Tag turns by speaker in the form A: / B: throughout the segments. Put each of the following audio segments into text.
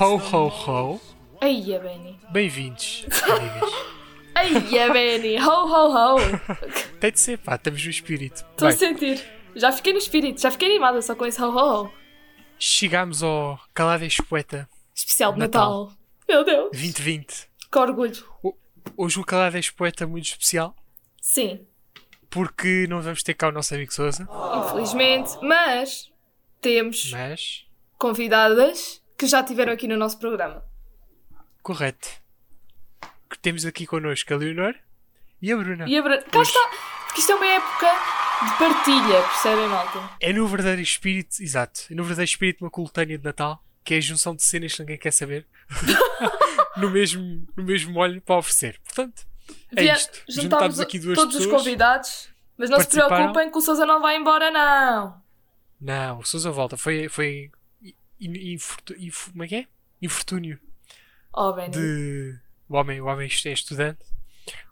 A: Ho, ho, ho.
B: Ai, a Benny.
A: Bem-vindos, amigas.
B: Ai, a Benny. Ho, ho, ho.
A: Tem de ser, pá, estamos no espírito.
B: Estou a
A: Bem,
B: sentir. Já fiquei no espírito. Já fiquei animada só com esse ho, ho, ho.
A: chegámos ao Calada e Espoeta
B: Especial de
A: Natal.
B: Natal. Meu Deus.
A: 2020.
B: Que orgulho.
A: Hoje o Calada e Espoeta é muito especial,
B: Sim.
A: porque não vamos ter cá o nosso amigo Sousa,
B: Infelizmente. Mas temos
A: mas...
B: convidadas que já tiveram aqui no nosso programa.
A: Correto. Que temos aqui connosco a Leonor e a Bruna.
B: E a Bra- Cá
A: Pois.
B: está. Porque isto é uma época de partilha, percebem, malta?
A: É no verdadeiro espírito, exato, é no verdadeiro espírito uma coletânea de Natal, que é a junção de cenas que ninguém quer saber, no, mesmo, no mesmo molho para oferecer. Portanto, é
B: Vie-
A: isto. Juntámos aqui duas
B: todos os
A: pessoas.
B: convidados. Mas não se
A: Participaram.
B: preocupem que o Sousa não vai embora, não.
A: Não, o Sousa volta. Foi, foi in- infortu- inf- como é que é? Infortúnio
B: Oh, Benny.
A: de... O homem, o homem é estudante.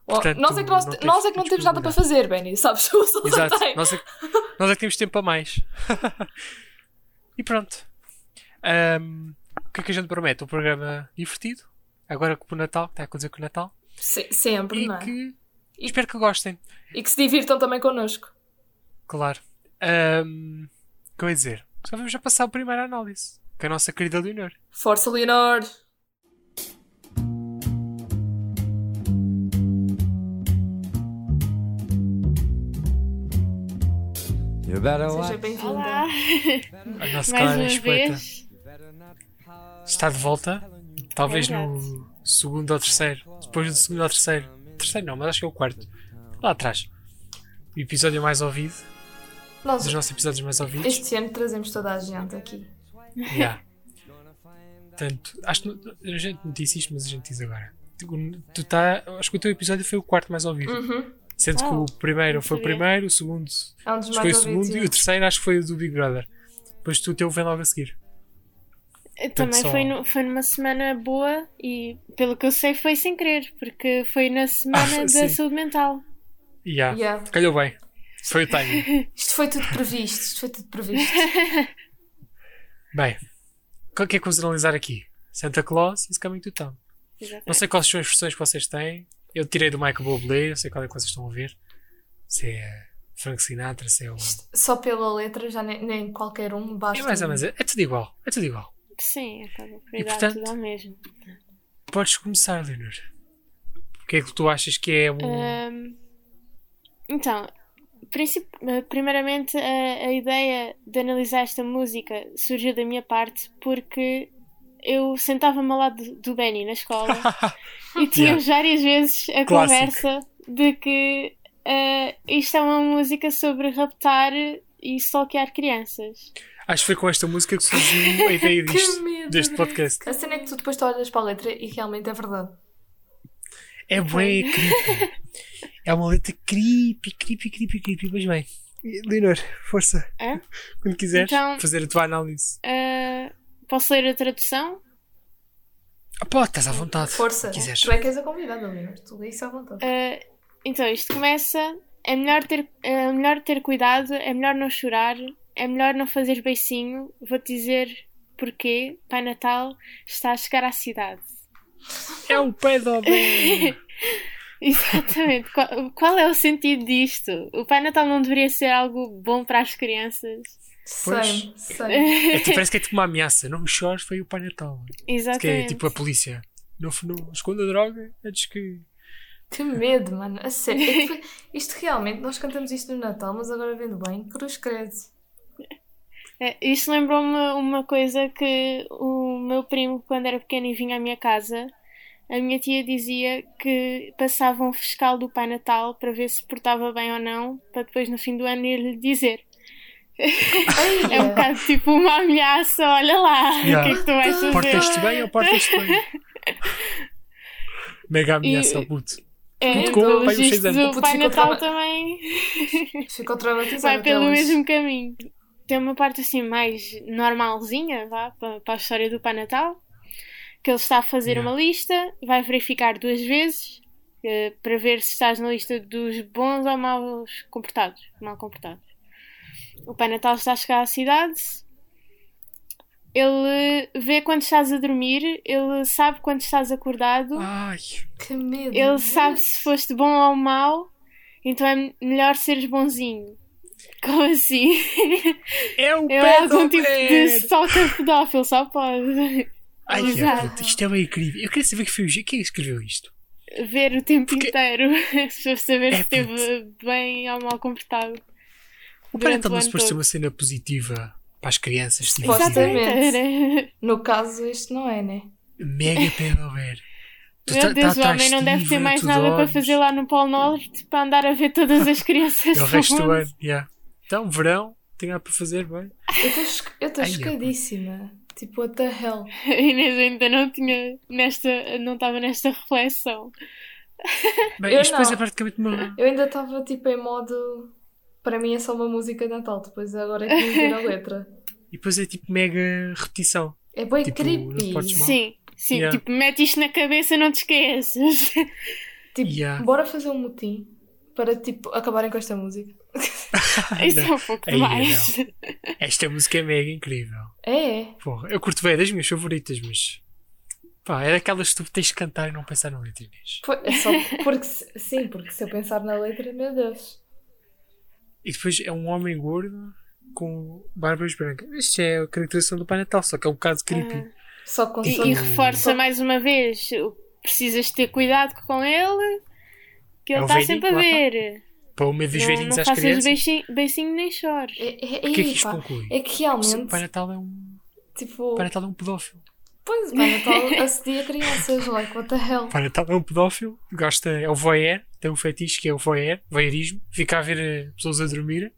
B: Oh,
A: portanto,
B: nós é que, nós,
A: não teve
B: nós é que não temos nada para fazer, Benny. Sabes? O Sousa
A: Exato.
B: tem.
A: Nós é, que- nós é que temos tempo a mais. e pronto. Ahm, o que é que a gente promete? Um programa divertido. Agora com o Natal, que está a acontecer com o Natal.
B: Se- sempre,
A: e
B: não é?
A: que
B: E-
A: espero que gostem,
B: E que se divirtam também connosco.
A: claro. Ahm, o que eu ia dizer? Só vamos já passar a primeira análise, com a nossa querida Leonor.
B: Força, Leonor.
C: You better
B: Seja
C: watch.
B: bem-vinda.
D: Olá,
A: A nossa
D: mais
A: Clara
D: uma
A: Espoeta
D: vez.
A: está de volta, talvez
D: É
A: no segundo ou terceiro, depois do segundo ou terceiro. Terceiro não, mas acho que é o quarto. Lá atrás. O episódio mais ouvido, um
B: Nós,
A: dos nossos episódios mais ouvidos.
B: este ano, trazemos toda a gente aqui.
A: Yeah. Portanto, acho que não- a gente não disse isto, mas a gente diz agora. Tu, tu tá, acho que o teu episódio foi o quarto mais ouvido.
B: Uhum.
A: Sendo que
D: Oh,
A: o primeiro
D: Hum. não
A: foi o
D: sabia.
A: primeiro, o segundo acho
B: É um dos
A: que foi o
B: mais ouvidos.
A: segundo e o terceiro acho que foi o do Big Brother. Depois tu o teu vem logo a seguir.
D: Também
A: só-
D: foi, no- foi numa semana boa e, pelo que eu sei, foi sem querer, porque foi na semana
A: Ah,
D: da
A: sim.
D: saúde mental.
A: Yeah.
B: Yeah.
A: Calhou bem. Foi o timing.
B: Isto foi tudo previsto. Isto foi tudo previsto.
A: bem, o que é que vamos analisar aqui? Santa Claus is coming to town. Não sei quais são as versões que vocês têm. Eu tirei do Michael Bublé, não sei qual é que vocês estão a ouvir. Se é Frank Sinatra, se é o...
B: Isto, Só pela letra, já nem, nem qualquer um basta.
A: É mais ou menos, é tudo igual, é tudo igual.
D: Sim, acaba por dar
A: portanto,
D: tudo ao mesmo.
A: Podes começar, Leonor. O que é que tu achas que é
B: Eh.
A: um.
D: Ahm, então, princip- eh, primeiramente, a, a ideia de analisar esta música surgiu da minha parte porque eu sentava-me ao lado do, do Benny na escola e tínhamos várias vezes a
A: Clássico.
D: conversa de que eh, isto é uma música sobre raptar e stalkear crianças.
A: Acho que foi com esta música que surgiu a ideia
B: Que
A: disto,
B: medo,
A: deste
B: André.
A: podcast.
B: A cena é que tu depois tu olhas para a letra e realmente é verdade.
A: É bem creepy. É uma letra creepy, creepy, creepy, creepy. Mas bem, Leonor, força.
D: Hã?
A: Quando quiseres
D: É? Então-
A: fazer a tua análise.
D: Eh, posso ler a tradução?
A: Ah, pá, estás à vontade.
B: Força.
A: quando quiseres.
B: Tu é que és a convidada, Leonor. Tu lê isso à vontade.
D: Uh, então, isto começa. É melhor, ter, é melhor ter cuidado, é melhor não chorar, é melhor não fazer beicinho. Vou-te dizer porquê. Pai Natal está a chegar à cidade.
A: É um pedobo.
D: Exatamente. qual, qual é o sentido disto? O Pai Natal não deveria ser algo bom para as crianças?
B: Sei, sei.
A: é, tipo, parece que é tipo uma ameaça. Não me chores, foi o Pai Natal. Que é
D: Exatamente.
A: tipo a polícia. Não, não esconda a droga antes que.
B: Que medo, mano. A sério. É que foi- Isto realmente, nós cantamos isto no Natal, mas agora vendo bem, cruz credo.
D: É, Isto lembrou-me uma coisa que o meu primo, quando era pequeno e vinha à minha casa, a minha tia dizia que passava um fiscal do Pai Natal para ver se portava bem ou não, para depois no fim do ano ir lhe dizer. É um bocado tipo uma ameaça, olha lá,
A: Yeah.
D: o que é que tu vais fazer?
A: Portas-te bem ou portas-te bem? Mega ameaça
D: E-
A: ao puto.
D: É,
B: Muito
A: com o
D: pelo
A: pai dos seis
D: registro
A: anos.
B: O
D: do
B: puto
D: Pai
B: ficou
D: Natal
B: trauma-
D: também
B: Ficou traumatizado.
D: vai
B: até
D: pelo
B: hoje.
D: mesmo caminho. Tem uma parte assim mais normalzinha, vá, para, a história do Pai Natal, que ele está a fazer
A: Yeah.
D: uma lista, vai verificar duas vezes eh, para ver se estás na lista dos bons ou maus comportados, mal comportados. O Pai Natal está a chegar à cidade Ele vê quando estás a dormir, ele sabe quando estás acordado,
A: Ai,
B: Que medo.
D: ele sabe se foste bom ou mau, então é melhor seres bonzinho. Como assim?
A: é o
D: Ele é algum tipo de stalker pedófilo, só pode.
A: Ai,
D: Exato.
A: puta, isto é bem incrível. Eu queria saber que foi o G- quem escreveu isto.
D: Ver o tempo
A: Porque-
D: inteiro, para saber
A: É,
D: se esteve bem ou mal comportado.
A: O
D: Durante
A: parental
D: o
A: não
D: ano
A: se pode ser
D: todo.
A: uma cena positiva para as crianças. tipo, se
B: Pode
A: tiverem
B: ser.
D: Exatamente.
B: No caso, isto não é, né?
A: assim, Mega pedover. tá-
D: Meu Deus, o homem não deve ter mais nada para fazer lá no Polo Norte para andar a ver todas as crianças
A: É o
D: do
A: resto do
D: mundo.
A: ano, yeah. Então, verão, tem nada para fazer, bem.
B: Eu estou
A: Ai, é,
B: chocadíssima. Tipo, what the hell?
D: A Inês ainda não tinha nesta, não estava nesta reflexão.
A: Bem,
B: Eu
A: isto depois
B: não.
A: é praticamente uma.
B: Eu ainda estava tipo em modo. Para mim é só uma música de Natal, depois agora é que me vira a letra.
A: E depois é tipo mega repetição.
B: É bem
A: Tipo,
B: creepy.
A: não podes- Mal.
D: Sim, sim,
A: Yeah.
D: tipo, mete isto na cabeça, não te esqueças.
B: Tipo,
A: Yeah.
B: bora fazer um motim para tipo acabarem com esta música.
D: Isso
A: Ah, Não.
D: é um pouco
A: Aí,
D: demais.
A: Esta música é mega incrível.
B: É, é.
A: Porra, eu curto bem, é das minhas favoritas, mas. Pá, é daquelas que tu tens de cantar e não pensar na letra, Inês.
B: Foi- é só porque se- sim, porque se eu pensar na letra, meu Deus.
A: E depois é um homem gordo com barbas brancas. Isto é a caracterização do Pai Natal, só que é um bocado creepy.
B: Só com
D: E,
A: é
B: som.
D: e
A: um
D: reforça mais uma vez: precisas ter cuidado com ele, que
A: É
D: ele
A: um
D: está
A: velhinho,
D: sempre a
A: lá está.
D: ver.
A: Para o medo dos
D: Não,
A: velhinhos
D: não
A: às
D: faças
A: crianças.
D: beijinho, beijinho nem chores.
B: É, é,
A: O que é que isto
B: pá,
A: conclui?
B: é que
A: O Pai
B: realmente,
A: Natal é um.
B: tipo,
D: Oh.
A: O Pai Natal é um pedófilo.
B: pois o Pai Natal assedia crianças, like, what the hell?
A: O Pai Natal é um pedófilo, gosta. É o voyeur, tem um fetiche que é o voyeur, voyeurismo. Fica a ver eh, pessoas a dormir,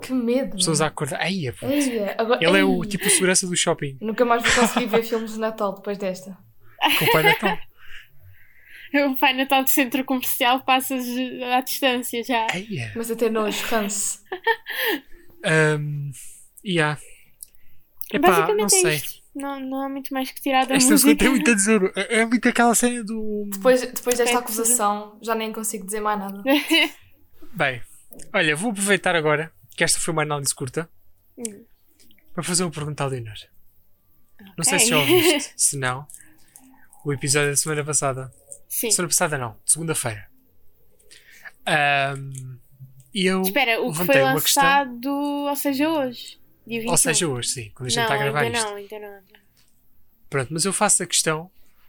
B: Que medo.
A: pessoas
B: mano.
A: a acordar. Ai, é pá.
B: Eia, agora-
A: Ele é o
B: ei,
A: tipo de segurança do shopping,
B: Nunca mais vou conseguir ver filmes de Natal depois desta.
A: com o Pai Natal.
D: O Pai Natal do centro comercial passas à distância já.
A: Ai, é.
B: Mas até nojo, ranço.
A: Um, yeah. Epá,
D: Basicamente
A: não
D: é
A: sei.
D: isto. Não, não há muito mais que tirar da
A: Esta música
D: música.
A: tem muito a dizer. É, é muito aquela cena do.
B: Depois, depois desta
D: Espero que
B: acusação, já nem consigo dizer mais nada.
A: Bem, olha, vou aproveitar agora que esta foi uma análise curta
D: Hum.
A: para fazer uma pergunta ao Dinar. Não sei
D: Ok.
A: se já ouviste, se não, o episódio da semana passada.
D: Sim.
A: Semana passada não, segunda-feira. Ahm, E eu
D: Espera, o que
A: levantei
D: foi
A: uma questão.
D: lançado, é ou seja, hoje. Dia 21.
A: Ou seja, hoje, sim, quando a gente está
D: não,
A: a gravar
D: ainda
A: isto.
D: não, ainda não.
A: Pronto, mas eu faço a questão.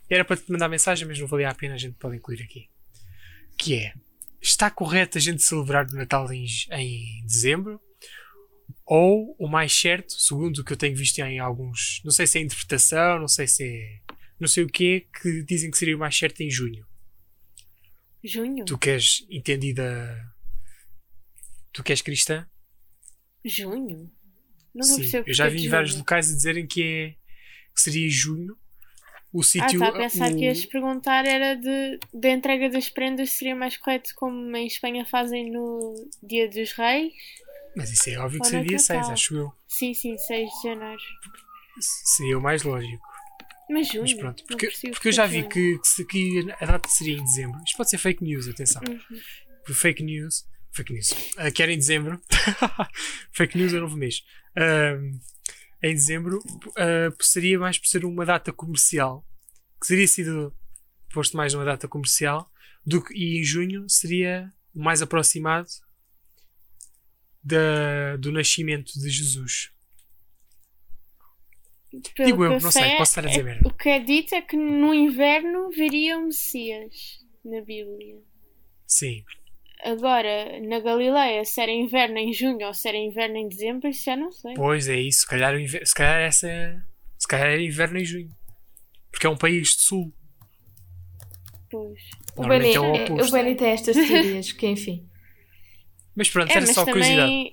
A: Era para te mandar mensagem, mas não valia a pena, a gente pode incluir aqui. Que é: está correto a gente celebrar o Natal em, j- em dezembro? Ou o mais certo, segundo o que eu tenho visto em alguns, não sei se é interpretação, não sei se é não sei o quê, que dizem que seria o mais certo em junho.
D: Junho?
A: Tu que és entendida. Tu que és cristã?
D: Junho? Não vou
A: Sim.
D: perceber
A: Eu já
D: porque é
A: vi
D: de
A: em vários
D: junho.
A: locais a dizerem que, é, que seria em junho. O
D: Ah,
A: sítio.
D: estava a pensar
A: o-
D: que ias perguntar era de, da entrega das prendas, seria mais correto como em Espanha fazem no Dia dos Reis?
A: Mas isso é óbvio que
D: Ou
A: seria
D: no
A: dia 6,
D: Natal.
A: acho eu.
D: Sim, sim, 6 de janeiro.
A: Seria o mais lógico.
D: Mas junho.
A: Mas pronto,
D: não
A: porque,
D: percebo
A: porque eu já vi
D: junho.
A: que, que, se- que a data seria em dezembro. Isto pode ser fake news, atenção. Fake news. Fake news. Ah, que era em dezembro. fake news é novo mês. Ahm, em dezembro ah, seria mais por ser uma data comercial. Que seria sido posto mais numa data comercial. Do que, e em junho seria o mais aproximado da, do nascimento de Jesus.
D: Pelo
A: Digo
D: que
A: eu, não sei, posso estar a dizer
D: é-
A: merda.
D: O que é dito é que no inverno viria o Messias na Bíblia.
A: Sim.
D: Agora, na Galileia, se era inverno em junho ou se era inverno em dezembro, isso já não sei.
A: Pois é isso, se calhar, o inver- se calhar essa se calhar era inverno em junho. Porque é um país do sul.
D: Pois.
B: O Benny,
A: Normalmente é o
B: é- o
A: oposto.
B: Benny tem estas teorias, que enfim.
A: Mas pronto,
D: É,
A: era
D: mas
A: só curiosidade.
D: também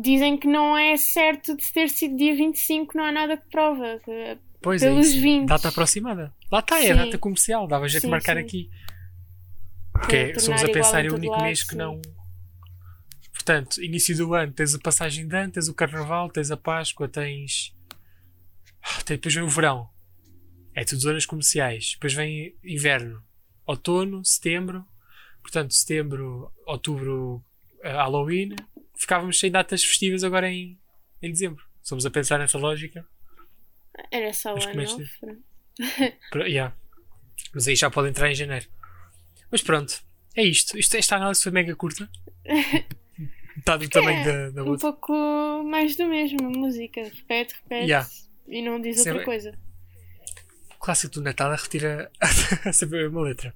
D: dizem que não é certo de ter sido dia 25, não há nada que prova. que-
A: Pois
D: pelos
A: é isso.
D: 20.
A: Data aproximada. Lá está, é a
D: Sim.
A: data comercial, dava jeito de
D: Sim,
A: marcar
D: sim.
A: aqui. Porque é-
D: tornar
A: somos a
D: igual
A: pensar
D: em
A: é o
D: todo
A: único
D: lado,
A: mês que
D: sim.
A: não. Portanto, início do ano, tens a passagem de ano, tens o carnaval, tens a Páscoa, tens. Ah, tem- Depois vem o verão. É tudo zonas comerciais. Depois vem inverno, outono, setembro. Portanto, setembro, outubro, eh, Halloween. Ficávamos sem datas festivas agora em, em dezembro. Somos a pensar nessa lógica.
D: Era só o
A: Mas é
D: ano Um
A: comeste?
D: novo. pronto.
A: Pro- yeah. Mas aí já pode entrar em janeiro. Mas pronto, é isto. isto esta análise foi mega curta. Metade do tamanho da, da
D: Um
A: outra.
D: pouco mais do mesmo, música. Repete, repete.
A: Yeah. é
D: E não diz
A: Sempre-
D: outra coisa.
A: O clássico do Natal é a retira sempre uma letra.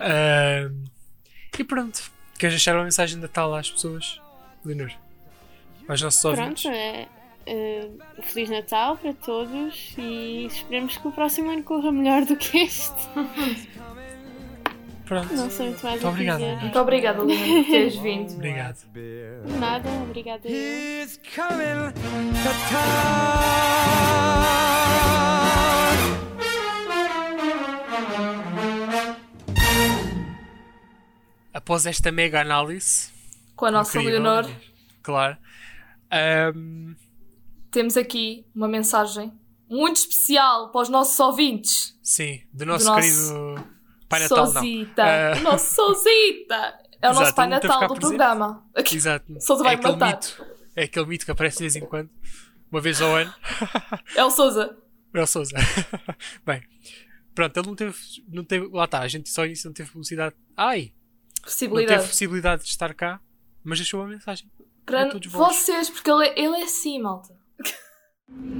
A: Ahm, e pronto. Queres deixar uma mensagem de Natal às pessoas, Leonor? Aos nossos ouvintes?
D: Pronto, é, é, Feliz Natal para todos e esperemos que o próximo ano corra melhor do que este.
A: Pronto.
D: Não sei muito mais
A: Muito
D: o que
A: obrigado,
D: dizer.
B: Muito obrigada, Lina, por teres vindo.
A: Obrigado.
D: Nada, obrigada. eu.
C: He's coming to town.
A: Após esta mega análise.
B: Com a nossa
A: incrível,
B: Leonor,
A: Claro. ahm,
B: temos aqui uma mensagem muito especial para os nossos ouvintes.
A: sim, do nosso
B: nosso
A: querido Pai Natal. Não.
B: Sozita.
A: Ah.
B: O nosso Sozita. É o
A: Exato,
B: nosso Pai
A: ele tem que
B: Natal
A: ficar
B: do
A: presente.
B: programa.
A: Exato.
B: Sousa vai
A: é aquele
B: matar.
A: mito. É aquele mito que aparece de vez em quando. Uma vez ao ano.
B: É o Sousa.
A: Mel Souza. Bem, pronto, ele não teve, não teve. Lá está, a gente só início não teve publicidade. Ai! Não
B: Possibilidade.
A: teve possibilidade de estar cá, mas deixou uma mensagem.
B: Para
A: a todos vós.
B: vocês, porque ele é, ele é assim, malta.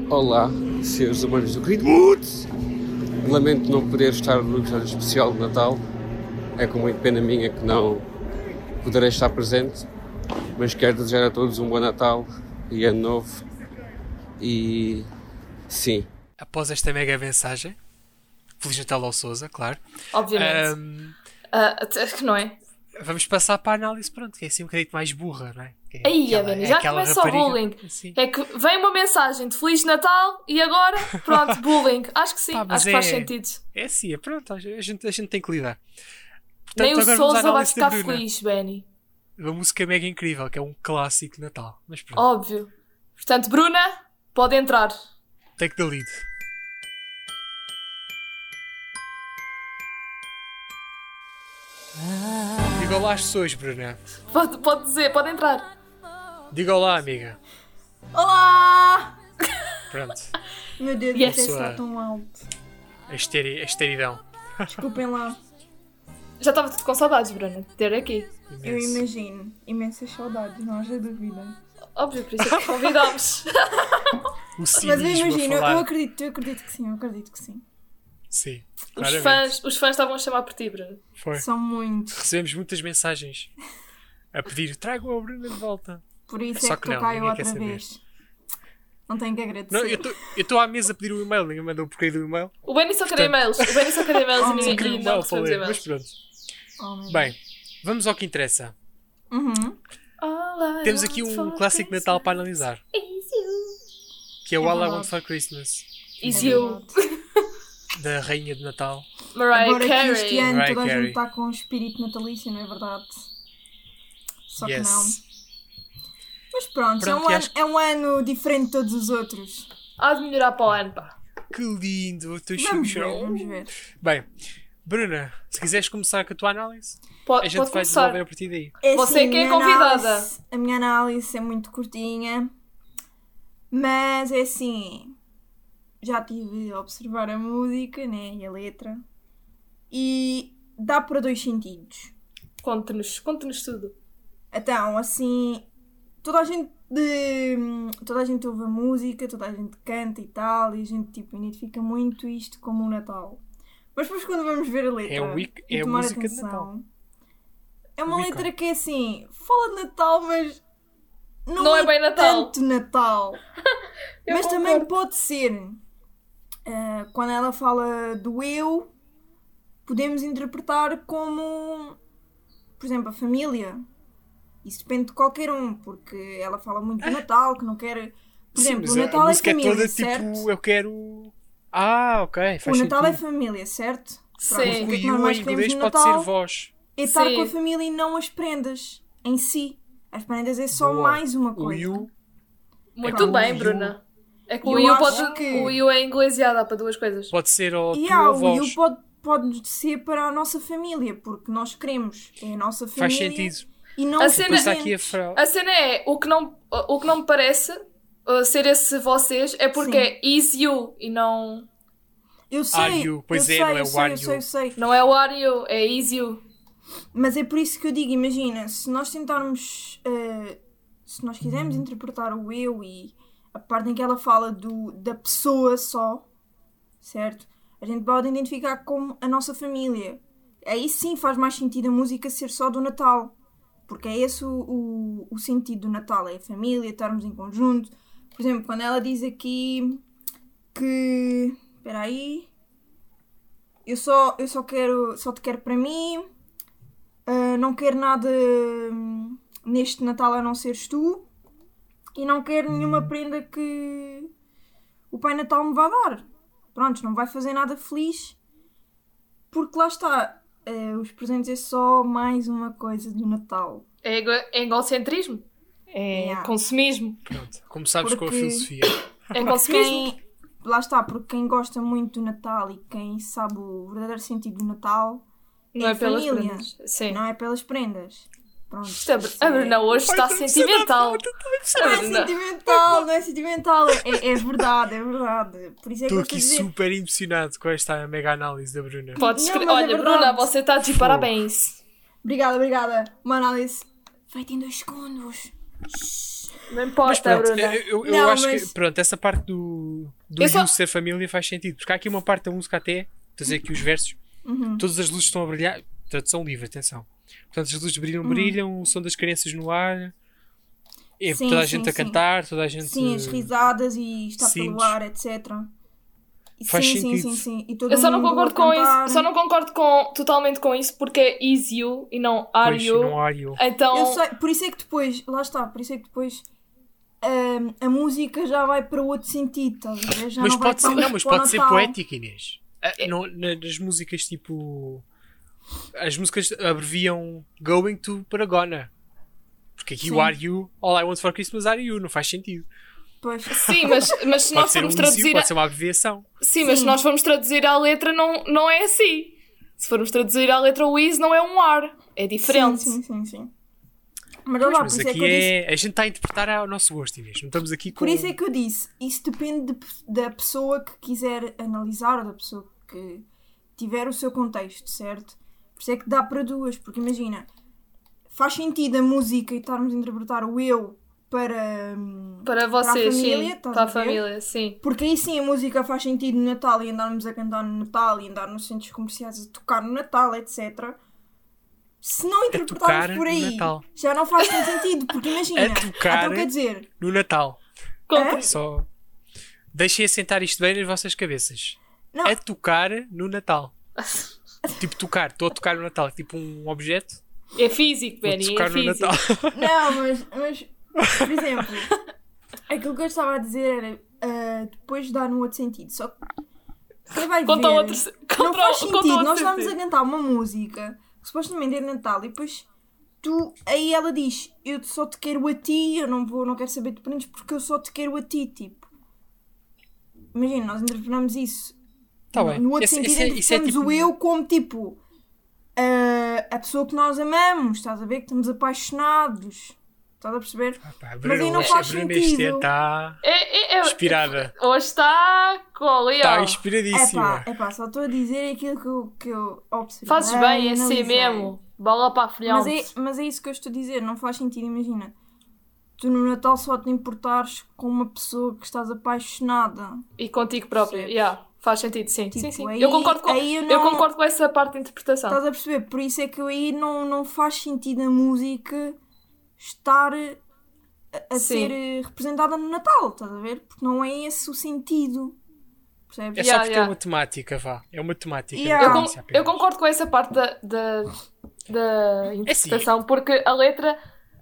E: Olá, seres humanos do querido Woods! Lamento não poder estar no episódio especial de Natal. É com muito pena minha que não poderei estar presente, mas quero desejar a todos um bom Natal e ano novo. E sim,
A: Após esta mega mensagem, Feliz Natal ao Souza, claro.
B: Obviamente.
A: Ahm,
B: Ah, até que não é?
A: vamos passar para a análise, pronto, que é assim um bocadinho mais burra, não é? Que é
B: Aí,
A: aquela-
B: Abelha,
A: é
B: já
A: aquela
B: começa
A: rapariga-
B: o bullying.
A: Sim.
B: É que vem uma mensagem de Feliz Natal e agora, pronto, bullying. Acho que sim,
A: Pá, mas
B: acho que faz
A: é-
B: sentido.
A: É assim, é pronto, a gente, a gente tem que lidar. Portanto,
B: Nem o
A: agora vamos à
B: Sousa vai
A: análise da
B: ficar
A: Bruna.
B: feliz, Benny.
A: Uma música mega incrível, que é um clássico de Natal. Mas pronto,
B: Óbvio. Portanto, Bruna, pode entrar.
F: Oh.
A: take the lead. Diga olá às pessoas, Bruna.
B: Pode, pode dizer, pode entrar.
A: Diga olá, amiga.
F: Olá!
A: Pronto,
F: Meu Deus,
B: Yes.
F: vocês
A: Pessoa.
F: estão tão alto.
A: a, esteri, a esteridão.
F: Desculpem lá.
B: Já estava tudo com saudades, Bruna, de ter aqui.
F: Eu
A: Imenso.
F: imagino. Imensas saudades, não haja dúvida.
B: Óbvio, por isso é que convidámos.
A: O
F: Mas
A: cinismo
F: eu imagino,
A: a falar.
F: eu acredito, eu acredito que sim, eu acredito que sim.
A: Sim,
B: os,
A: claramente.
B: fãs, os fãs estavam a chamar por ti, Bruna.
A: Foi.
F: São muitos.
A: Recebemos muitas mensagens a pedir, tragam a Bruna de volta.
F: Por isso
A: Só
F: é
A: que
F: que
A: não,
F: estou cá eu
A: ninguém quer
F: outra
A: saber.
F: vez. Não tenho que
A: Não,
F: agradecer.
A: eu estou à mesa a pedir o e-mail, ninguém mandou o porquê do e-mail.
B: O Benny só queria
A: Portanto- Ah,
B: e-mails. O Benny só queria e-mails e
F: Oh,
A: Só
B: ninguém
A: queria
B: e
A: o
B: não
A: e-mail para
B: recebemos
A: ler, mas
B: e-mails.
A: pronto.
F: Oh, meu
A: Bem, vamos ao que interessa.
F: Deus. Uhum.
B: All I
A: Temos aqui
B: want
A: um
B: for
A: clássico de Natal para analisar, que é o All I
F: verdade.
A: Want for Christmas,
B: Is you,
A: da Rainha de Natal.
B: Mariah
F: Agora que este
B: Carey.
F: ano
A: Mariah
F: toda a
A: Carey.
F: gente está com um espírito natalício, não é verdade? Só que não.
A: yes.
F: Mas pronto, é,
A: Pronto,
F: um
A: e
F: ano,
A: acho
F: é um ano diferente de todos os outros.
B: Há de melhorar para o ano, pá.
A: Que lindo, o teu
F: Vamos ver,
A: chuchu.
F: vamos ver.
A: Bem, Bruna, se quiseres começar com a tua análise, a
B: Pode,
A: gente
B: pode
A: vai
B: começar.
A: desenvolver a partir daí.
B: Você
F: assim,
B: que é
F: a minha
B: convidada.
F: análise- a minha análise é muito curtinha, mas é assim. Já estive a observar a música né, e a letra, e dá para dois sentidos.
B: Conte-nos, conte-nos tudo.
F: Então, assim, toda a gente de- toda a gente ouve a música, toda a gente canta e tal, e a gente tipo identifica muito isto como o Natal. Mas depois quando vamos ver a letra,
A: É o ic-
F: e
A: é a
F: tomar
A: música de
F: atenção,
A: Natal.
F: É uma
A: O ícone.
F: letra que é assim, fala de Natal, mas não,
B: Não é bem Natal.
F: tanto Natal.
B: Eu
F: mas também
B: concordo.
F: pode ser. Ah, quando ela fala do eu, podemos interpretar como, por exemplo, a família. Isso depende de qualquer um, porque ela fala muito do Natal, que não quer.
A: Ah.
F: Por
A: Sim,
F: exemplo,
A: mas
F: o
A: a-
F: Natal
A: a
F: é
A: música
F: família,
A: toda
F: certo?
A: tipo, eu quero... Ah, ok, faz
F: o Natal é
A: sentido.
F: família, certo?
B: Sim.
F: Pronto, o que é que
A: E
F: nós
A: o
F: mais
A: em
F: queremos
A: inglês
F: no
A: pode
F: Natal?
A: ser voz.
F: é estar
B: Sim.
F: com a família e não as prendas em si. As prendas é só
A: Boa.
F: mais uma
A: O
F: coisa.
A: you
B: Muito
A: o
B: bem,
A: you-
B: Bruna. É que o
F: Eu
B: you,
F: acho
B: pode,
F: que-
B: o you é inglês e há dá para duas coisas.
A: pode ser ou
F: E
A: tu
F: há,
A: ou
F: o
A: voz.
F: you pode, pode ser para a nossa família, porque nós queremos. É a nossa
A: Faz
F: família.
A: sentido.
F: E não
B: A
F: os
B: cena- é Ah,
A: Depois está aqui a
F: presentes.
A: frase.
B: A cena é, o que não, o que não me parece uh, ser esse vocês é porque
F: Sim.
B: é is you e não,
F: Eu sei.
A: Are you? Pois
F: eu
A: é,
F: sei,
A: não é
F: eu
A: o
F: sei,
A: are
F: eu sei,
A: you.
F: eu sei.
B: não é o are you, é is you.
F: Mas é por isso que eu digo, imagina, se nós tentarmos, eh, se nós quisermos interpretar o eu e a parte em que ela fala do, da pessoa só, certo? A gente pode identificar como a nossa família. Aí sim faz mais sentido a música ser só do Natal. Porque é esse o, o, o sentido do Natal, é a família, estarmos em conjunto. Por exemplo, quando ela diz aqui que. Espera aí. Eu só, eu só quero. Só te quero para mim. Uh, não quero nada hum, neste Natal a não seres tu e não quero nenhuma prenda que o Pai Natal me vá dar. Pronto, não vai fazer nada feliz porque lá está. uh, os presentes é só mais uma coisa do Natal.
B: É, ego- é egocentrismo, é
F: Yeah.
B: consumismo,
A: Pronto, começámos com a
F: Porque-
A: filosofia.
B: é
F: Porque
B: consumismo.
F: quem, lá está, porque quem gosta muito do Natal e quem sabe o verdadeiro sentido do Natal
B: Não
F: é
B: é pelas
F: família.
B: prendas. Sim.
F: não é pelas prendas. Pronto.
B: Isto é- a Bruna hoje está
F: tá
B: sentimental.
F: Não é
B: Bruna.
F: sentimental,
B: tipo
F: não é sentimental. É, é verdade, é verdade. Por isso
A: Estou
F: é que eu estou a
A: aqui
F: dizer.
A: super impressionado com esta mega análise da Bruna.
B: Podes
F: Não,
B: escre-
F: mas é
B: Olha, Bruna,
F: verdade.
B: você está de parabéns.
F: Obrigada, obrigada. Uma análise feita em dois segundos.
B: Não importa,
A: Mas pronto, é,
B: Bruna.
A: eu, eu
F: Não,
A: acho
F: mas-
A: que pronto, essa parte do, do
B: Eu só-
A: you ser família faz sentido, porque há aqui uma parte da música até, estou a dizer aqui os versos,
F: Uhum.
A: todas as luzes estão a brilhar, tradução livre, atenção. Portanto, as luzes
F: Uhum.
A: brilham, brilham, o som das crianças no ar, e
F: Sim,
A: toda a
F: sim,
A: gente a
F: sim.
A: cantar, toda a gente.
F: Sim, as risadas e está pelo
A: Cintos.
F: ar, etc. E
A: Faz
F: sim, sim,
A: sentido.
F: sim, sim. E todo
B: Eu só não
F: mundo
B: concordo
F: a
B: com
F: cantar.
B: isso, só não concordo com, totalmente com isso porque é is you e não are
A: Pois,
B: you.
A: não are you.
B: Então,
F: Eu sei, por isso é que depois, lá está, por isso é que depois hum, a música já vai para outro sentido, estás a ver? Já
A: Mas
F: não vai
A: pode, ser,
F: tão
A: não, mas
F: para o
A: pode ser
F: Natal.
A: poético, Inês. Ah, não- na- nas músicas tipo. As músicas abreviam Going to Paragona. Porque aqui
F: Sim.
A: o Are You, All I Want for Christmas Are You, não faz sentido.
F: Pois.
B: sim, mas, mas
A: Pode
B: se nós
A: ser um traduzir...
B: formos traduzir.
A: pode ser um uma abreviação.
B: Sim, mas se
F: Sim.
B: nós formos traduzir à letra, não, não é assim. Se formos traduzir à letra, o is não é um ar. É diferente.
F: Sim, sim, sim. sim. Mas, olha lá,
A: mas
F: por isso é que
A: aqui
F: eu disse.
A: é. A gente está a interpretar ao nosso gosto, Inês. Não estamos aqui com.
F: Por isso é que eu disse, isso depende de- da pessoa que quiser analisar ou da pessoa que tiver o seu contexto, certo? Por isso é que dá para duas, porque imagina, faz sentido a música e estarmos a interpretar o eu para. hum,
B: Para
F: a
B: vocês,
F: família,
B: sim.
F: estás
B: Para
F: a
B: a
F: ver?
B: família, sim.
F: Porque aí sim a música faz sentido no Natal e andarmos a cantar no Natal e andar nos centros comerciais a tocar no Natal, etc. Se
A: tocar
F: não interpretarmos por
A: no
F: aí,
A: Natal.
F: já não faz tanto sentido, porque imagina,
A: A tocar
F: então quer dizer,
A: No Natal.
F: É.
B: Compre-
A: Só. Deixem assentar isto bem nas vossas cabeças.
F: Não.
A: A tocar no Natal. tipo, tocar. Estou a tocar no Natal. Tipo um objeto.
B: É físico,
A: Vou
B: Benny, é
A: tocar no
B: físico.
A: Natal.
F: Não, mas, mas por exemplo, aquilo que eu estava a dizer era ah, depois dá num outro sentido. Só que quem vai
B: Conta
F: ver,
B: outro.
F: não
B: Conta,
F: faz
B: conta
F: sentido.
B: outro
F: Nós estamos a
B: sentido.
F: cantar uma música que supostamente é de Natal e depois tu aí ela diz eu só te quero a ti, eu não vou, não quero saber de prendas porque eu só te quero a ti, tipo. Imagina, nós interpretamos isso
A: Tá bem.
F: no outro
A: Esse-
F: sentido,
A: esse é- isso é
F: interpretamos
A: tipo-
F: o eu como tipo a- a pessoa que nós amamos, estás a ver? Que estamos apaixonados, estás a perceber?
A: Pá, a
F: aí não
A: hoje-
F: faz
A: a Bruna
F: sentido.
A: este ano está
B: É, é, é-
A: inspirada.
B: Hoje está
A: Está
B: coleal.
F: É pá,
A: inspiradíssima.
F: é pá, só estou a dizer aquilo que eu, que eu observei.
B: Fazes bem, é assim
F: analisei.
B: mesmo. Bola para a
F: Mas
B: frente.
F: é, mas é isso que eu estou a dizer, não faz sentido, imagina. Tu no Natal só te importares com uma pessoa que estás apaixonada.
B: E contigo próprio,
F: Percebes?
B: yeah, faz sentido, sim.
F: Tipo,
B: sim, sim.
F: aí-
B: eu concordo com,
F: aí eu
B: eu,
F: não-
B: concordo com essa parte de interpretação.
F: Estás a perceber? Por isso é que eu aí não, não faz sentido a música estar a,
B: Sim.
F: a ser eh, representada no Natal, estás a ver? Porque não é esse o sentido. Percebes?
A: É só
B: Yeah,
A: porque
B: yeah.
A: é uma temática, vá. É uma temática.
F: Yeah.
B: eu,
A: não
B: con-
A: sei se há
B: eu
A: pena.
B: concordo com essa parte da, da,
A: É
B: da
A: assim.
B: interpretação, porque a letra,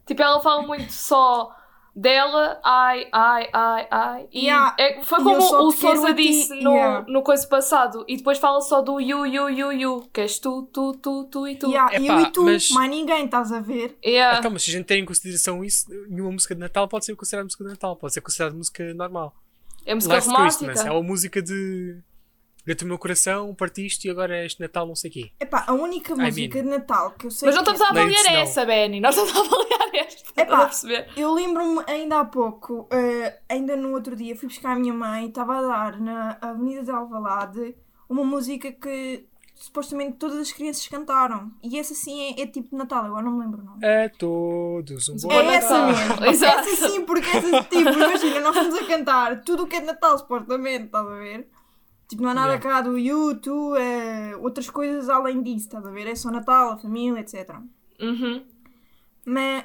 B: tipo, ela fala muito só dela, ai, ai, ai, ai. E
F: Yeah.
B: é- foi
F: E eu
B: como
F: só
B: o
F: te quero a
B: Sousa
F: ti,
B: disse no,
F: yeah.
B: no coisa passado, e depois fala só do you, you, you, you, que és tu, tu, tu, tu e tu. É
F: Yeah, eu
A: Epá,
F: e tu,
A: mas-
F: mais ninguém, estás a ver?
B: Yeah.
A: Então, mas se a gente tem em consideração isso, nenhuma música de Natal pode ser considerada música de Natal, pode ser considerada música normal.
B: é música
A: Last
B: romântica.
A: Christmas é uma música de. Grita o meu coração, partiste e agora é este Natal não sei o quê.
F: Epá, a única música de Natal que eu sei.
B: Mas não
F: que
B: estamos a
A: Late
B: avaliar
A: Snow.
B: essa, Benny. Nós estamos a avaliar esta.
F: Epá.
B: Estás a perceber?
F: é- Eu lembro-me ainda há pouco, eh, ainda no outro dia, fui buscar a minha mãe, estava a dar na Avenida de Alvalade uma música que supostamente todas as crianças cantaram. E essa sim é, é tipo de Natal, agora não me lembro o nome.
A: A todos um bom
B: Bom
F: É
A: Natal.
F: essa
B: Natal.
F: mesmo.
B: Exato.
F: Essa É sim, porque essa tipo, imagina, nós estamos a cantar tudo o que é de Natal, supostamente, estás a ver? Tipo, não há nada cá do YouTube, eh, outras coisas além disso, estás a ver? É só Natal, a família, etc.
B: Uhum. Ah,
F: Mas,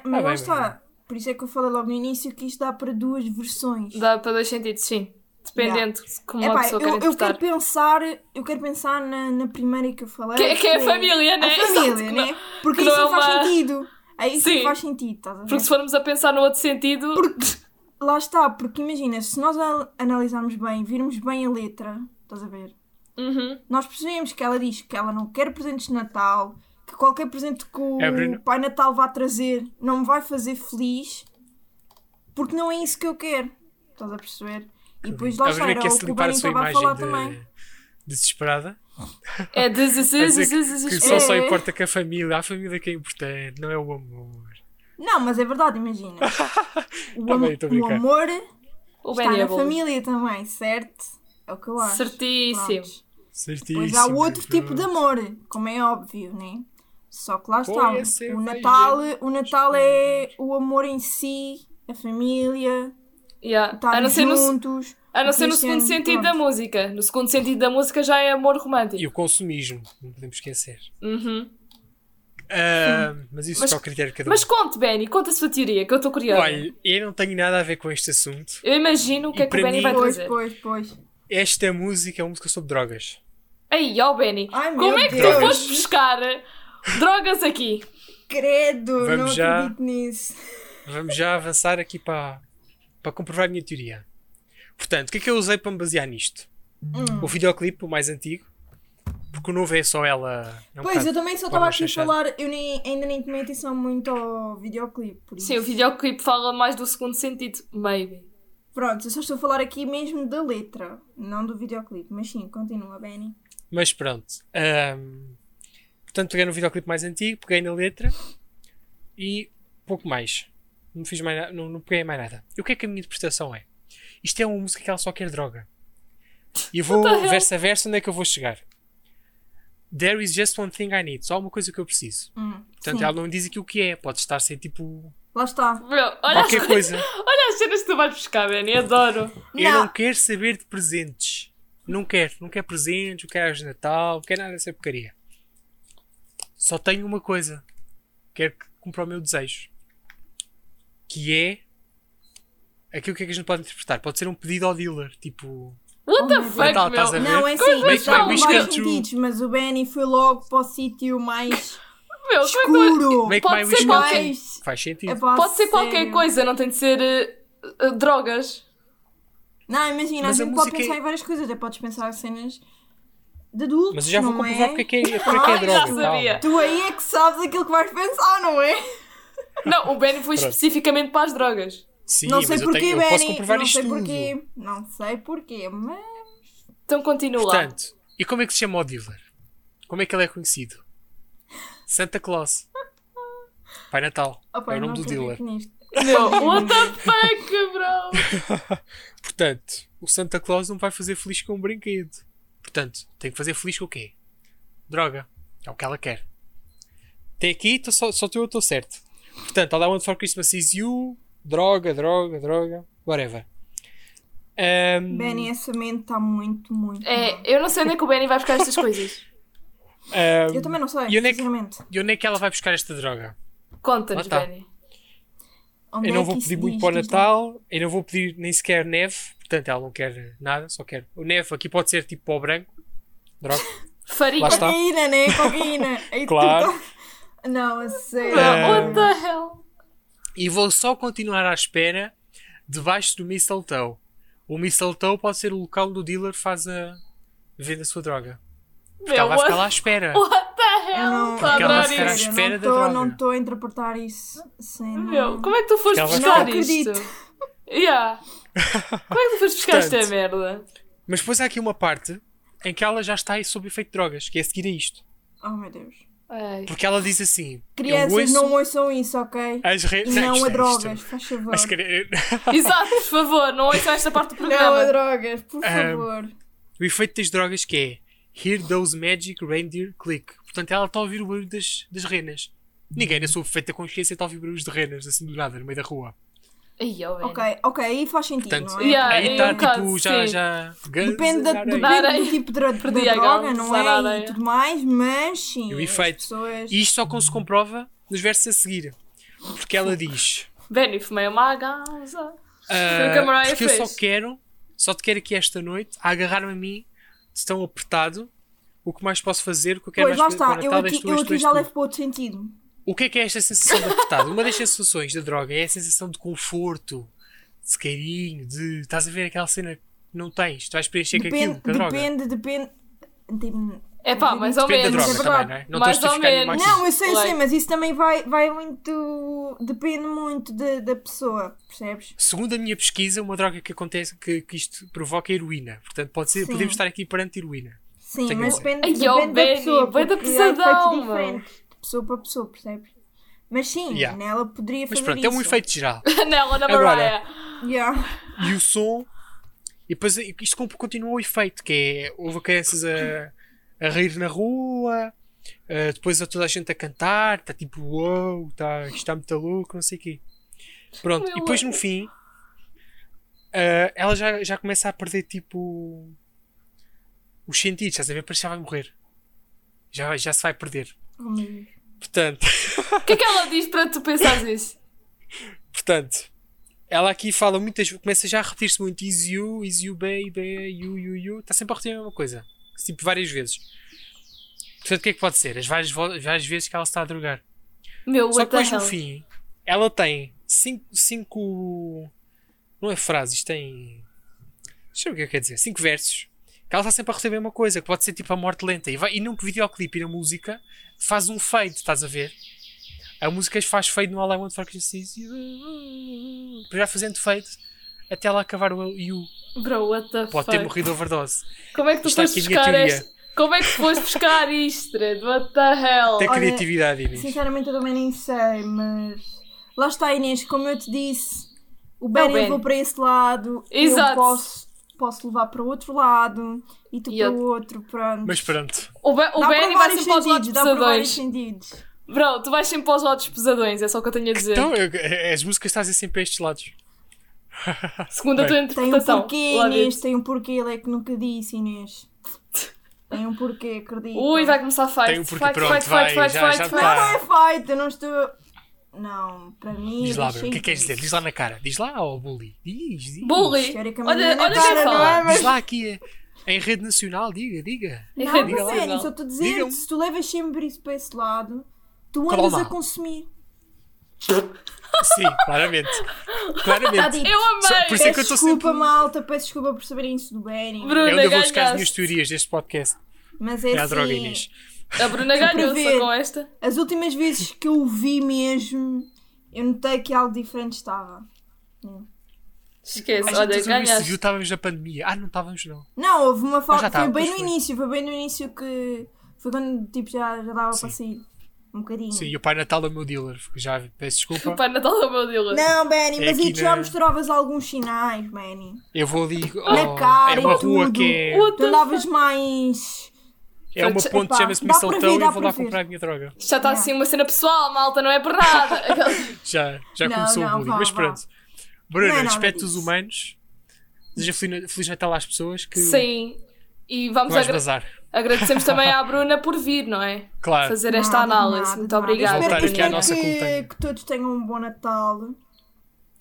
A: bem,
F: mas lá
A: bem,
F: está. Por isso é que eu falei logo no início que isto dá para duas versões.
B: Dá para dois sentidos, sim. Dependendo de como
F: Epá,
B: a pessoa
F: eu,
B: quer
F: eu
B: interpretar.
F: quero pensar, eu quero pensar na, na primeira que eu falei. tipo,
B: Que, que é a família, né?
F: A
B: Exato,
F: família,
B: que
F: né?
B: não-
F: Porque
B: que não
F: isso
B: é
F: não faz
B: uma-
F: sentido. É isso
B: Sim.
F: que faz sentido, estás a ver?
B: Porque se formos a pensar no outro sentido.
F: Porque- Lá está, porque imagina, se nós a- analisarmos bem, virmos bem a letra, estás a ver?
B: Uhum.
F: Nós percebemos que ela diz que ela não quer presentes de Natal, que qualquer presente que o
A: É, Bruno.
F: Pai Natal vá trazer não me vai fazer feliz, porque não é isso que eu quero, estás a perceber? E depois
A: Estás
F: lá
A: a
F: está,
A: ver
F: era
A: que é
F: o
A: se
F: que o
A: limpar a
F: Benny
A: sua
F: estava a
A: imagem
F: falar
A: de-
F: também.
A: desesperada.
B: É des- des-
A: A
B: des-
A: dizer
B: des- des-
A: que
B: des-
A: só, só
F: É.
A: importa que a família. A família que é importante, não é o amor.
F: Não, mas é verdade, imagina. O, am
A: Tá bem, estou a
F: o
A: brincar.
F: amor
B: O
F: está
B: Benny é
F: na
B: bom.
F: família também, certo? É o que eu acho.
B: Certíssimo.
F: Pronto.
A: Certíssimo.
F: Pois há outro
A: Bruno.
F: tipo de amor, como é óbvio, né? Só que lá está.
A: Pois, é sim,
F: O
A: vai
F: Natal,
A: ver.
F: o Natal é o amor em si, a família,
B: Yeah. A não
F: estarmos
B: ser Tá no,
F: juntos.
B: a não
F: o
B: ser no
F: Cristiano,
B: segundo sentido da
F: pronto.
B: música. No segundo sentido da música já é amor romântico.
A: E o consumismo, não podemos esquecer.
B: Uhum.
A: Ah, mas isso
B: Mas-
A: é o critério de cada um.
B: Mas conte, Benny, conta a sua teoria, que eu estou curiosa.
A: Olha, eu não tenho nada a ver com este assunto.
B: Eu imagino o que
A: E
B: é que o
A: para
B: Benny
A: mim-
B: vai
F: Pois,
B: trazer.
F: pois, pois.
A: Esta música é uma música sobre drogas.
B: Aí, ó Benny,
F: Ai,
B: como
F: meu
B: é que
F: Deus.
B: tu foste buscar drogas aqui?
F: Credo,
A: Vamos
F: não
A: já. Então
F: acredito nisso.
A: Vamos já avançar aqui para, para comprovar a minha teoria. Portanto, o que é que eu usei para me basear nisto?
F: Hum.
A: O videoclipe, o mais antigo. Porque o novo é só ela. é um
F: pois,
A: bocado-
F: eu também só
A: pode
F: estava
A: uma
F: aqui a
A: chanchada.
F: falar, eu nem, ainda nem tomei atenção muito ao videoclipe. Por isso.
B: Sim, o videoclipe fala mais do segundo sentido, maybe.
F: Pronto, eu só estou a falar aqui mesmo da letra, não do videoclipe. Mas sim, continua, Benny.
A: Mas pronto. ahm, portanto, peguei no videoclipe mais antigo, peguei na letra e pouco mais. Não fiz mais na- não, não peguei mais nada. E o que é que a minha interpretação é? Isto é uma música que ela só quer droga. E eu vou verso a verso onde é que eu vou chegar. There is just one thing I need. Só uma coisa que eu preciso.
F: Hum,
A: Portanto,
F: sim.
A: ela não diz aqui o que é. Pode estar a ser tipo
F: Lá está.
B: Bro, olha, as,
A: qualquer coisa.
B: olha as cenas que tu vais buscar, Benny, adoro.
A: Eu não quero saber de presentes. Não quero. Não quero presentes, não quero árvores de Natal, não quero nada dessa porcaria. Só tenho uma coisa. Quero que cumpra o meu desejo. Que é. Aquilo que é que a gente pode interpretar. Pode ser um pedido ao dealer. Tipo.
B: What the
F: Oh, meu Deus.
B: fuck,
A: Natal,
B: meu?
A: estás a ver?
F: Não, é
B: Como é
F: assim,
B: que vai
F: isto dá
B: chamar?
F: vários
A: Make my wish come true.
F: sentidos, mas o Benny foi logo para o sítio mais
B: Meu, como é que tu-
F: escuro. É
A: Make
B: Pode
A: my
B: ser
A: wish come
B: qualquer-
A: true.
F: Mas-
A: Faz sentido.
F: Epá,
B: Pode ser qualquer
F: sério.
B: coisa, não tem de ser eh, eh, drogas.
F: Não, imagina,
A: Mas
F: a
A: a
F: gente pode
A: música é-
F: pensar em várias coisas, até podes pensar em cenas de adultos.
A: Mas eu já vou
F: não
A: comprovar
F: é?
A: porque é que é, porque é que é
F: Ai, já
A: droga.
B: sabia.
A: calma.
F: Tu aí é que sabes aquilo que vais pensar, não é?
B: Não, o Benny foi
A: Pronto.
B: especificamente para as drogas.
A: Sim,
F: não sei
A: mas eu,
F: porquê,
A: tenho, eu
F: Benny.
A: posso comprovar
F: não
A: isto
F: sei
A: tudo.
F: porquê. Não sei porquê, mas.
B: Então continua.
A: Portanto, e como é que se chama o dealer? Como é que ele é conhecido? Santa Claus. Pai Natal.
F: Opa,
A: é o
F: Oh, não
A: nome do
F: acredito
A: dealer.
F: nisto.
B: Meu, what the fuck, bro?
F: é.
A: Portanto, o Santa Claus não vai fazer feliz com um brinquedo. Portanto, tem que fazer feliz com o quê? Droga. É o que ela quer. Tem aqui, tô só, só eu estou certo. Portanto, All I Want for Christmas is You. Droga, droga, droga. Whatever. Um, Ahm,
F: Benny, essa mente está muito, muito. mal.
B: É, eu não sei onde é que o Benny vai buscar estas coisas.
A: ahm,
F: Eu também não sei,
A: E onde é que-
F: sinceramente.
A: um, e onde é que ela vai buscar esta droga?
B: Conta-nos,
A: Lá está.
B: Benny.
F: Onde
A: eu
F: é
A: não
F: que
A: vou
F: isso
A: pedir muito
F: diz,
A: para o
F: diz lá?
A: Natal, eu não vou pedir nem sequer neve, portanto ela não quer nada, só quer. O neve aqui pode ser tipo pó branco, droga.
B: Farinha.
A: Lá está.
F: Cocaína, né? Cocaína. Aí tu
A: Claro. É.
F: tá- Não, a sério.
B: Bro, what
A: Eh,
B: the hell?
A: E vou só continuar à espera debaixo do mistletoe. O mistletoe pode ser o local onde o dealer faz a venda a sua droga.
B: Meu,
A: Porque ela vai
B: what,
A: ficar lá à espera.
B: what the
F: Eu
B: hell?
F: não- é
B: Estou a
A: Aquela
B: adorar
A: ficar à
B: isto.
A: espera da
F: eu
A: droga.
F: não estou a interpretar isso. Sim, não.
B: Meu, como é que tu foste
A: Ela vai
B: buscar
F: ficar-
B: isto?
F: Não
B: Yeah. Como é que tu foste buscar esta
A: Portanto,
B: merda?
A: Mas depois há aqui uma parte em que ela já está aí sob efeito de drogas, que é seguir a isto.
F: Oh meu Deus.
B: Ai,
A: Porque ela diz assim:
F: Crianças,
A: eu ouço
F: não ouçam isso, ok?
A: as re...
F: E não
A: isto
F: a
A: é-
F: drogas,
A: isto
F: faz favor.
A: é- as cri-
B: Exato, por favor, não ouçam esta parte do
F: Não a
B: programa.
F: drogas,
A: É.
F: por favor.
A: o efeito das drogas que é Hear Those Magic Reindeer Click. Portanto, ela está a ouvir o barulho das, das renas. Ninguém na sua perfeita consciência está a ouvir barulhos de renas, assim do nada, no meio da rua.
B: Ai, oh, velho.
F: Ok, ok, aí faz sentido,
A: Portanto,
F: não é?
B: Yeah,
A: aí
B: é
A: está
B: um bocado,
A: tipo já.
B: sim.
A: já Guns
F: Depende, da,
A: and
F: depende
A: Roses.
B: areia.
F: do tipo de, dro-
B: Perdi
F: da
B: a
F: droga,
B: gama,
F: não
B: só na
F: é?
B: areia.
F: E tudo mais, mas sim.
A: E o
F: as
A: efeito.
F: Pessoas...
A: E isto só com- se comprova nos versos a seguir. Porque ela diz.
B: Benny, fumei uma gausa.
A: Ah,
B: o que a Mariah
A: porque eu só
B: fez.
A: quero, só te quero aqui esta noite, a agarrar-me a mim, se tão apertado, o que mais posso fazer, o que eu quero
F: Pois, lá
A: mais fazer
F: está,
A: para o
F: eu
A: Natal,
F: aqui,
A: és tu,
F: eu
A: és tu,
F: aqui
A: és
F: já
A: tu.
F: levo para outro sentido.
A: O que é que é esta sensação de apertado? Uma das sensações da droga é a sensação de conforto, de carinho, de estás a ver aquela cena que não tens, tu vais preencher com é aquilo,
F: Depende,
A: com a droga.
F: depende, depende. Tipo, depende-
B: É pá, mais ou
A: Depende da
B: menos.
A: droga
F: é
A: também,
F: verdade.
A: não é? Não
B: Mais
A: estou a
B: ou
A: justificar nenhuma
B: menos.
A: aqui.
F: Não, eu sei, eu sei,
B: Like-
F: mas isso também vai, vai muito. Depende muito de- da pessoa, percebes?
A: Segundo a minha pesquisa, uma droga que acontece, que, que isto provoca é heroína. Portanto, pode ser,
F: Sim.
A: podemos estar aqui perante heroína.
F: Sim,
A: Tem que é.
F: mas
A: ver.
F: depende,
B: Ai, ó,
F: depende da
B: Benny,
F: pessoa.
B: bué da
F: porque há efeitos
B: pesadão, meu.
F: diferentes de pessoa para pessoa, percebes? Mas sim,
A: Yeah.
F: nela poderia
A: Mas
F: fazer
A: pronto,
F: isso.
A: é um efeito geral.
B: Nela, na
A: Agora.
B: Mariah.
F: Yeah.
A: e o som. E depois é, isto con- continua o efeito, que é houve crianças a, a rir na rua, eh, depois a toda a gente a cantar, está tipo, uou, tá, isto está muito louco, não sei o quê. Pronto,
B: Meu
A: e depois no
B: louco.
A: fim eh, ela já, já começa a perder tipo os sentidos, estás a ver? Parece que já vai morrer. Já, já se vai perder.
F: Oh, meu Deus.
A: Portanto,
B: O que é que ela diz para tu pensares isso?
A: Portanto, ela aqui fala muitas começa já a repetir-se muito: is you, is you, baby, you, you, you. Está sempre a repetir a mesma coisa, tipo várias vezes. Portanto, o que é que pode ser? As várias, vo- as várias vezes que ela se está a drogar.
B: Meu,
A: Só
B: what
A: que
B: the
A: depois no
B: hell?
A: fim, ela tem cinco, cinco. Não é frases, tem. Deixa eu ver o que é que quer dizer. Cinco versos. Que ela está sempre a receber uma coisa, que pode ser tipo a morte lenta. E, vai, e num videoclipe e na música faz um fade, estás a ver? A música faz fade no All I Want for Christmas. Is- Já fazendo fade até ela acabar o You.
B: Bro, what the
A: Pode
B: fuck?
A: ter morrido de overdose.
B: Como é que tu
A: Isto é
B: foste
A: aqui a minha
B: buscar
A: teoria.
B: este? Como é que foste buscar isto, Dredd? What the hell?
A: Tem
F: Olha,
A: criatividade, Inês.
F: Sinceramente, eu também nem sei, mas. Lá está, Inês, como eu te disse, o Benny
B: Benny.
F: levou para esse lado,
B: Exato.
F: eu posso, posso levar para o outro lado e tu
B: E
F: para
B: eu-
F: o outro, pronto.
A: Mas pronto.
B: O, Be o
F: Dá para
B: Benny vai
F: vários
B: sempre aos lados
F: sentidos, dá para vários
B: pesadões.
F: sentidos.
B: Bro, tu vais sempre aos lados pesadões, é só o que eu tenho a dizer.
A: Então, eu- as músicas trazem sempre a estes lados.
B: Segundo a tua
F: Tem um
B: interpretação.
F: porquê,
B: Love it.
F: Inês, tem um porquê, ele é que nunca disse, Inês. Tem um porquê, acredito.
B: Ui, vai começar a fight.
A: Tem um porquê,
B: fight,
A: pronto,
B: fight,
A: vai,
B: fight, fight,
A: já-
B: fight,
A: já
B: fight.
A: tá.
F: Não, não é fight, eu não estou. Não, para mim.
A: Diz lá,
F: deixei
A: Bruno, o que é que queres dizer?
F: disso.
A: Diz lá na cara. Diz lá, ó, bully. Diz, diz.
B: Bully.
F: Teoricamente,
B: Olha,
F: não é
B: olha quem
F: cara, não é,
B: fala.
A: Diz lá aqui eh, em rede nacional, diga, diga.
F: Não,
B: Errei,
A: diga
F: mas
A: lá,
F: é,
A: diga lá.
F: só estou a
A: Digam.
F: dizer, se tu levas sempre isso para esse lado, tu
A: Calma.
F: andas a consumir.
A: Sim, claramente. Claramente.
F: Tá dito.
B: Eu
A: Só- por
B: amei.
A: isso é que
F: Peço
A: eu estou
F: desculpa,
A: sempre.
F: malta, peço desculpa por saberem isso do Benny.
A: Eu
B: Bruna,
A: ainda vou buscar as
B: ganhaste.
A: minhas teorias deste podcast.
F: Mas é
A: É a droga,
F: assim,
A: Inês.
B: A Bruna
F: Dá para
B: ganhou só
F: ver.
B: com esta.
F: as últimas vezes que eu o vi mesmo, eu notei que algo diferente estava.
B: Esquece,
A: Mas
B: olha,
A: tudo isto se viu,
B: ganhaste.
A: estávamos na pandemia. Ah, não estávamos, não.
F: Não, houve uma
A: Mas já
F: falta,
A: estava,
F: foi bem no
A: pois foi.
F: início, foi bem no início que foi quando tipo, já, já dava
A: Sim.
F: para sair. Um bocadinho.
A: Sim, e o Pai Natal é o meu dealer. Já peço
B: O
A: desculpa.
B: Pai Natal é o meu dealer.
F: Não, Benny,
A: É
F: mas
A: aqui
F: aí tu já
A: na-
F: mostravas alguns sinais, Benny.
A: Eu vou ali.
F: Na
A: oh,
F: cara
A: é uma
F: e
A: rua
F: tudo.
A: que é.
B: What
F: Tu
B: the
F: andavas mais.
A: É uma
B: Epá,
A: ponte, chama-se
F: dá
A: Missão
F: para ver,
A: Tão e
F: dá
A: eu vou lá
F: para ver.
A: comprar a minha droga.
B: Isto já está assim uma cena pessoal, malta, não é por nada. Aquelas-
A: Já, já
F: Não,
A: começou o
F: não,
A: bullying.
F: vá,
A: Mas
F: vá.
A: pronto.
F: Não é
A: Bruna,
F: nada
A: respeito os
F: disso.
A: humanos. Deseja Feliz Feliz Natal às pessoas que
B: Sim. E vamos
A: vais
B: agra
A: bazar.
B: agradecemos também à Bruna por vir, não é?
A: Claro.
B: Fazer esta
F: Nada,
B: análise.
F: nada,
B: Muito
F: nada.
B: obrigada.
A: Voltar
F: Espero,
A: aqui à
F: espero
A: nossa coletânea.
F: que, que todos tenham um bom Natal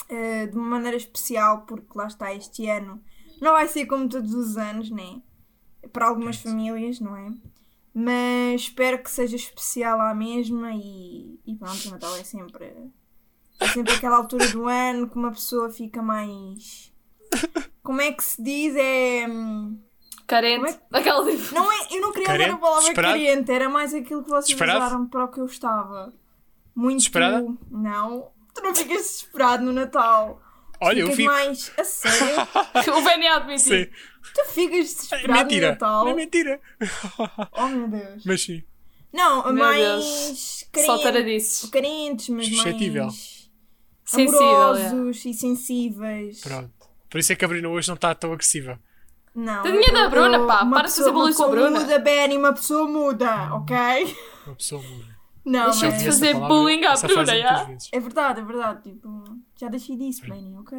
F: eh, de uma maneira especial, porque lá está este ano. Não vai ser como todos os anos, né? Para algumas famílias, não é? Mas espero que seja especial à mesma e, e pronto, o Natal é sempre, é sempre aquela altura do ano que uma pessoa fica mais. Como é que se diz? É. hum,
B: Carente. Aquela tipo.
F: Não é, eu não queria usar a
A: Carente?
F: palavra
A: Desesperado?
F: carente, era mais aquilo que vocês
A: Desesperado?
F: usaram para o que eu estava. Muito.
A: Desesperada?
F: Não, tu não ficas desesperado no Natal.
A: Olha, eu
F: ficas
A: fico.
F: um mais. A sério?
B: O Benny admitiu.
A: Sim.
F: tu ficas
A: É
F: desesperado no
A: mentira.
F: Natal.
A: É mentira.
F: Oh meu Deus.
A: Mas sim.
F: Não,
B: Meu
F: mais
B: Deus. Só
F: carentes,
B: taradices.
F: carentes, mas
A: Suscetível.
F: mais
B: Sensível, é.
F: amorosos e sensíveis.
A: Pronto. Por isso é que a Bruna hoje não está tão agressiva.
F: Não.
B: Tadinha da
F: eu-
B: Bruna,
F: eu-
B: pá,
F: uma
B: para de fazer
F: pessoa- uma
B: bullying com a
F: pessoa
B: Bruna.
F: muda, Benny, uma pessoa muda, ok?
A: Uma pessoa muda.
F: Não,
B: Deixa eu
F: mas...
B: te
A: Essa
B: fazer
A: palavra-
B: bullying à
A: essa frase
B: Bruna,
A: muitas
B: já?
A: vezes.
F: É verdade, é verdade. Tipo, já deixei disso, Benny, ok?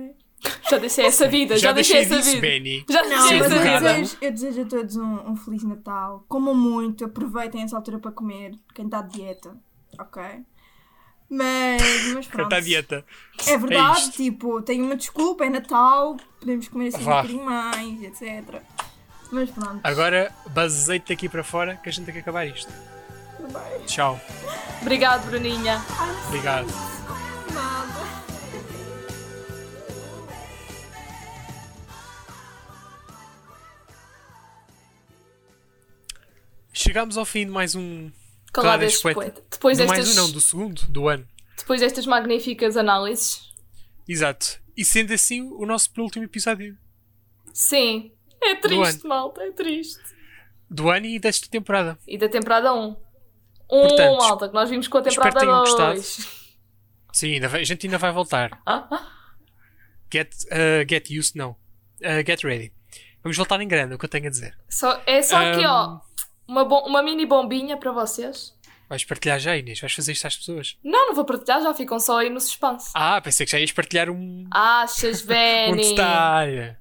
B: Já deixei essa vida, já, deixei, essa
A: disso,
B: vida.
A: Benny.
B: Já
F: Não,
B: deixei
A: Sim,
F: mas
B: essa
F: eu
A: errada.
B: vida.
F: desejo, eu desejo a todos um, um Feliz Natal. Comam muito, aproveitem essa altura para comer. Quem está de dieta, ok? Mas, mas pronto.
A: Está à dieta.
F: É verdade,
A: isto.
F: tipo, tenho uma desculpa, é Natal, podemos comer assim
A: Vá.
F: um bocadinho mais, etc. Mas pronto.
A: Agora basei-te daqui para fora que a gente tem que acabar isto.
F: tudo bem.
A: Tchau.
B: Obrigado, Bruninha.
A: Obrigado.
F: Nada.
A: Chegámos ao fim de mais um.
B: Caladas de
A: Caladas de
B: poeta. Depois
A: do mais
B: destas,
A: um, não, do segundo do ano.
B: depois destas magníficas análises.
A: Exato. E sendo assim, o nosso penúltimo episódio
B: Sim. É triste, malta, é triste.
A: do ano e desta temporada.
B: E da temporada 1. Um,
A: Portanto,
B: malta, que nós vimos com a
A: espero que
B: temporada
A: tenham
B: 2.
A: gostado. Sim, ainda vai- a gente ainda vai voltar. Get, uh, get used, não. Uh, get ready. Vamos voltar em grande, é o que eu tenho a dizer.
B: Só, é só aqui,
A: Um,
B: ó. Uma, bom- uma mini bombinha para vocês.
A: Vais partilhar já, Inês? Vais fazer isto às pessoas?
B: Não, não vou partilhar, já ficam só aí no suspense.
A: Ah, pensei que já ias partilhar um,
B: Achas,
A: um
B: Benny?
A: detalhe.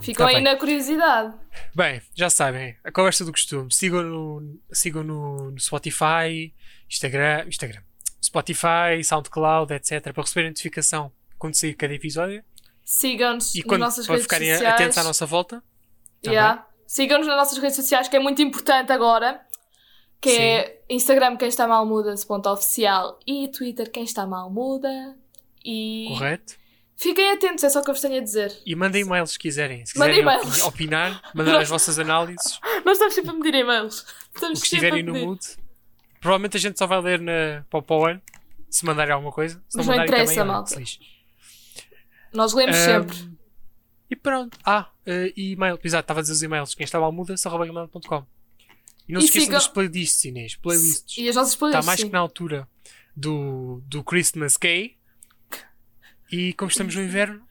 B: Ficam
A: Tá
B: aí
A: bem.
B: na curiosidade.
A: Bem, já sabem, a conversa do costume. Sigam no, sigam no, no Spotify, Instagram, Instagram, Spotify, SoundCloud, etc. para receber notificação quando sair cada episódio
B: Sigam-nos
A: e
B: nas
A: quando
B: nossas
A: para
B: redes
A: ficarem
B: sociais.
A: atentos à nossa volta. Tá
B: Yeah. Sigam-nos nas nossas redes sociais, que é muito importante agora. Que é Instagram, quem está mal muda, ponto oficial. E Twitter, quem está mal muda. E
A: bem? Correto?
B: fiquem atentos, é só o que eu vos tenho a dizer.
A: E mandem e-mails se quiserem. Se
B: Mandem
A: quiserem
B: e-mails.
A: opi- opinar, mandar as vossas análises,
B: Nós estamos sempre a medir e-mails.
A: o
B: Estamos
A: que
B: sempre a
A: estiverem no
B: medir.
A: mood. Provavelmente a gente só vai ler na, para o- para o ano, se mandarem alguma coisa. Se
B: Mas não
A: mandarem também,
B: interessa,
A: olha,
B: malta.
A: se lixe.
B: Nós lemos
A: Ahm,
B: sempre.
A: E pronto. Ah, eh, e e-mail. Exato, estava a dizer os e-mails. Quem estava muda, gmail.com. E não
B: E
A: se esqueçam
B: sigam-
A: das playlists, Inês. Playlists.
B: E as nossas
A: Está
B: playlists.
A: tá mais
B: sim.
A: que na altura do, do Christmas Gay. E como estamos no inverno,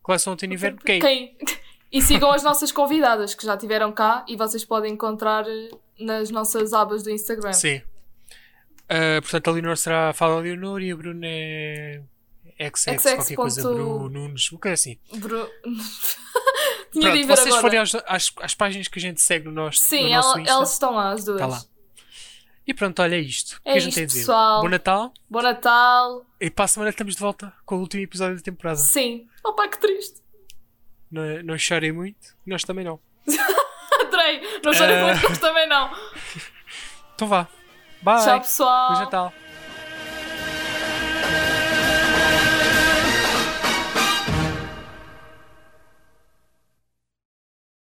A: coleção tem inverno gay.
B: Quem- E sigam as nossas convidadas que já tiveram cá e vocês podem encontrar eh, nas nossas abas do Instagram.
A: Sim. Ah, portanto, a Leonor será a Fala Leonor e a Bruna é. XX,
B: XX.
A: qualquer coisa, Bruno, Nunes, o que é assim.
B: Bru- Tinha de ir
A: Pronto,
B: ver
A: vocês
B: agora.
A: forem às, às, às páginas que a gente segue no nosso, no
B: Sim,
A: nosso
B: ela-
A: Insta.
B: elas estão lá, as duas.
A: Tá lá. E pronto, olha, é isto. O que
B: É
A: a gente
B: isto,
A: tem a dizer?
B: pessoal.
A: Bom Natal.
B: Bom Natal.
A: E para a semana estamos de volta com o último episódio da temporada.
B: Sim. Opa, que triste.
A: Não, não chorem muito, nós também não.
B: Adorei. Não chorem
A: Eh.
B: muito, mas também não.
A: Então vá. Bye.
B: Tchau, pessoal.
A: Feliz Natal.